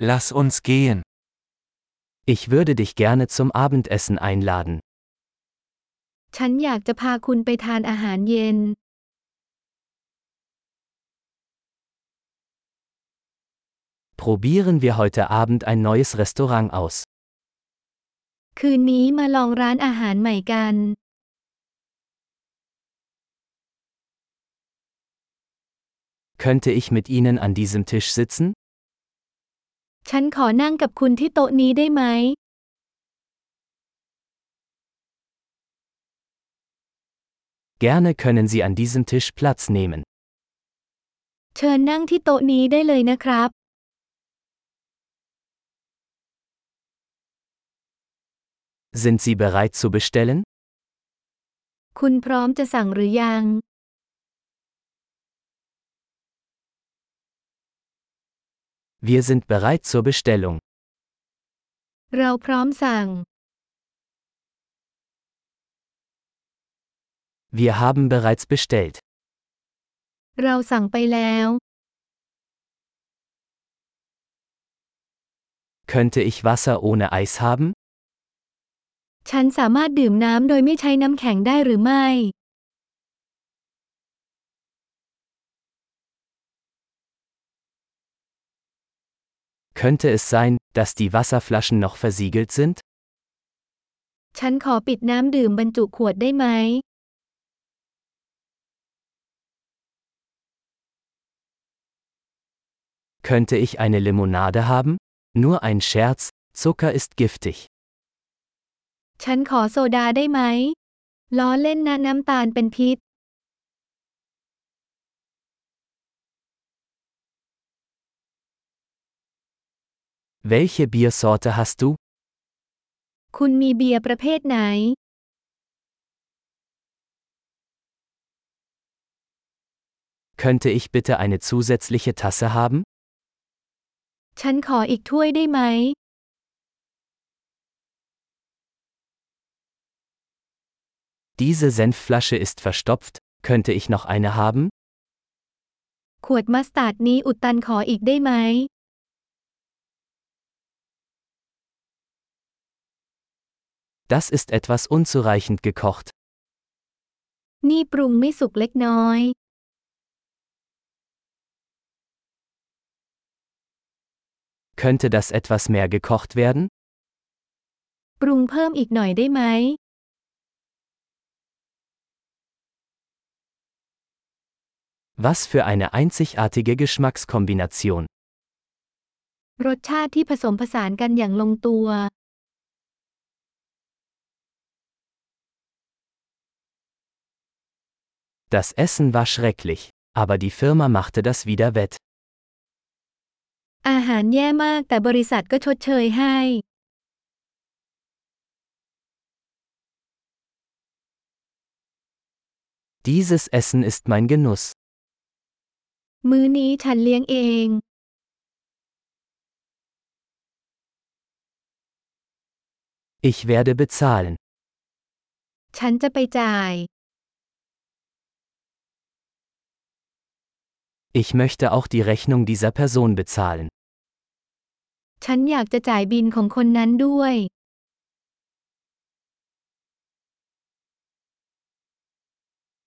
Lass uns gehen. Ich würde dich gerne zum Abendessen einladen. ฉันอยากจะพาคุณไปทานอาหารเย็น Probieren wir heute Abend ein neues Restaurant aus. คืนนี้มาลองร้านอาหารใหม่กัน Könnte ich mit Ihnen an diesem Tisch sitzen? ฉันขอนั่งกับคุณที่โต๊ะนี้ได้ไหม Gerne können Sie an diesem Tisch Platz nehmen. เชิญนั่งที่โต๊ะนี้ได้เลยนะครับ Sind Sie bereit zu bestellen? คุณพร้อมจะสั่งหรือยัง Wir sind bereit zur Bestellung. เราพร้อมสั่ง Wir haben bereits bestellt. เราสั่งไปแล้ว Könnte ich Wasser ohne Eis haben? ฉันสามารถดื่มน้ำโดยไม่ใช้น้ำแข็งได้หรือไม่ Könnte es sein, dass die Wasserflaschen noch versiegelt sind? ฉันขอปิดน้ำดื่มบรรจุขวดได้ไหม Könnte ich eine Limonade haben? Nur ein Scherz, Zucker ist giftig. ฉันขอโซดาได้ไหม ล้อเล่นนะน้ำตาลเป็นพิษ Welche Biersorte hast du? คุณมีเบียร์ประเภทไหน Könnte ich bitte eine zusätzliche Tasse haben? ฉันขออีกถ้วยได้ไหม Diese Senfflasche ist verstopft, könnte ich noch eine haben? ขวดมัสตาร์ดนี้อุดตันขออีกได้ไหม Das ist etwas unzureichend gekocht. นี่ปรุงไม่สุกเล็กน้อย Könnte das etwas mehr gekocht werden? ปรุงเพิ่มอีกหน่อยได้ไหม Was für eine einzigartige Geschmackskombination. รสชาติที่ผสมผสานกันอย่างลงตัว Das Essen war schrecklich, aber die Firma machte das wieder wett. อาหารแย่มากแต่บริษัทก็ชดเชยให้ Dieses Essen ist mein Genuss. มื้อนี้ฉันเลี้ยงเอง Ich werde bezahlen. ฉันจะไปจ่าย Ich möchte auch die Rechnung dieser Person bezahlen. ฉันอยากจะจ่ายบินของคนนั้นด้วย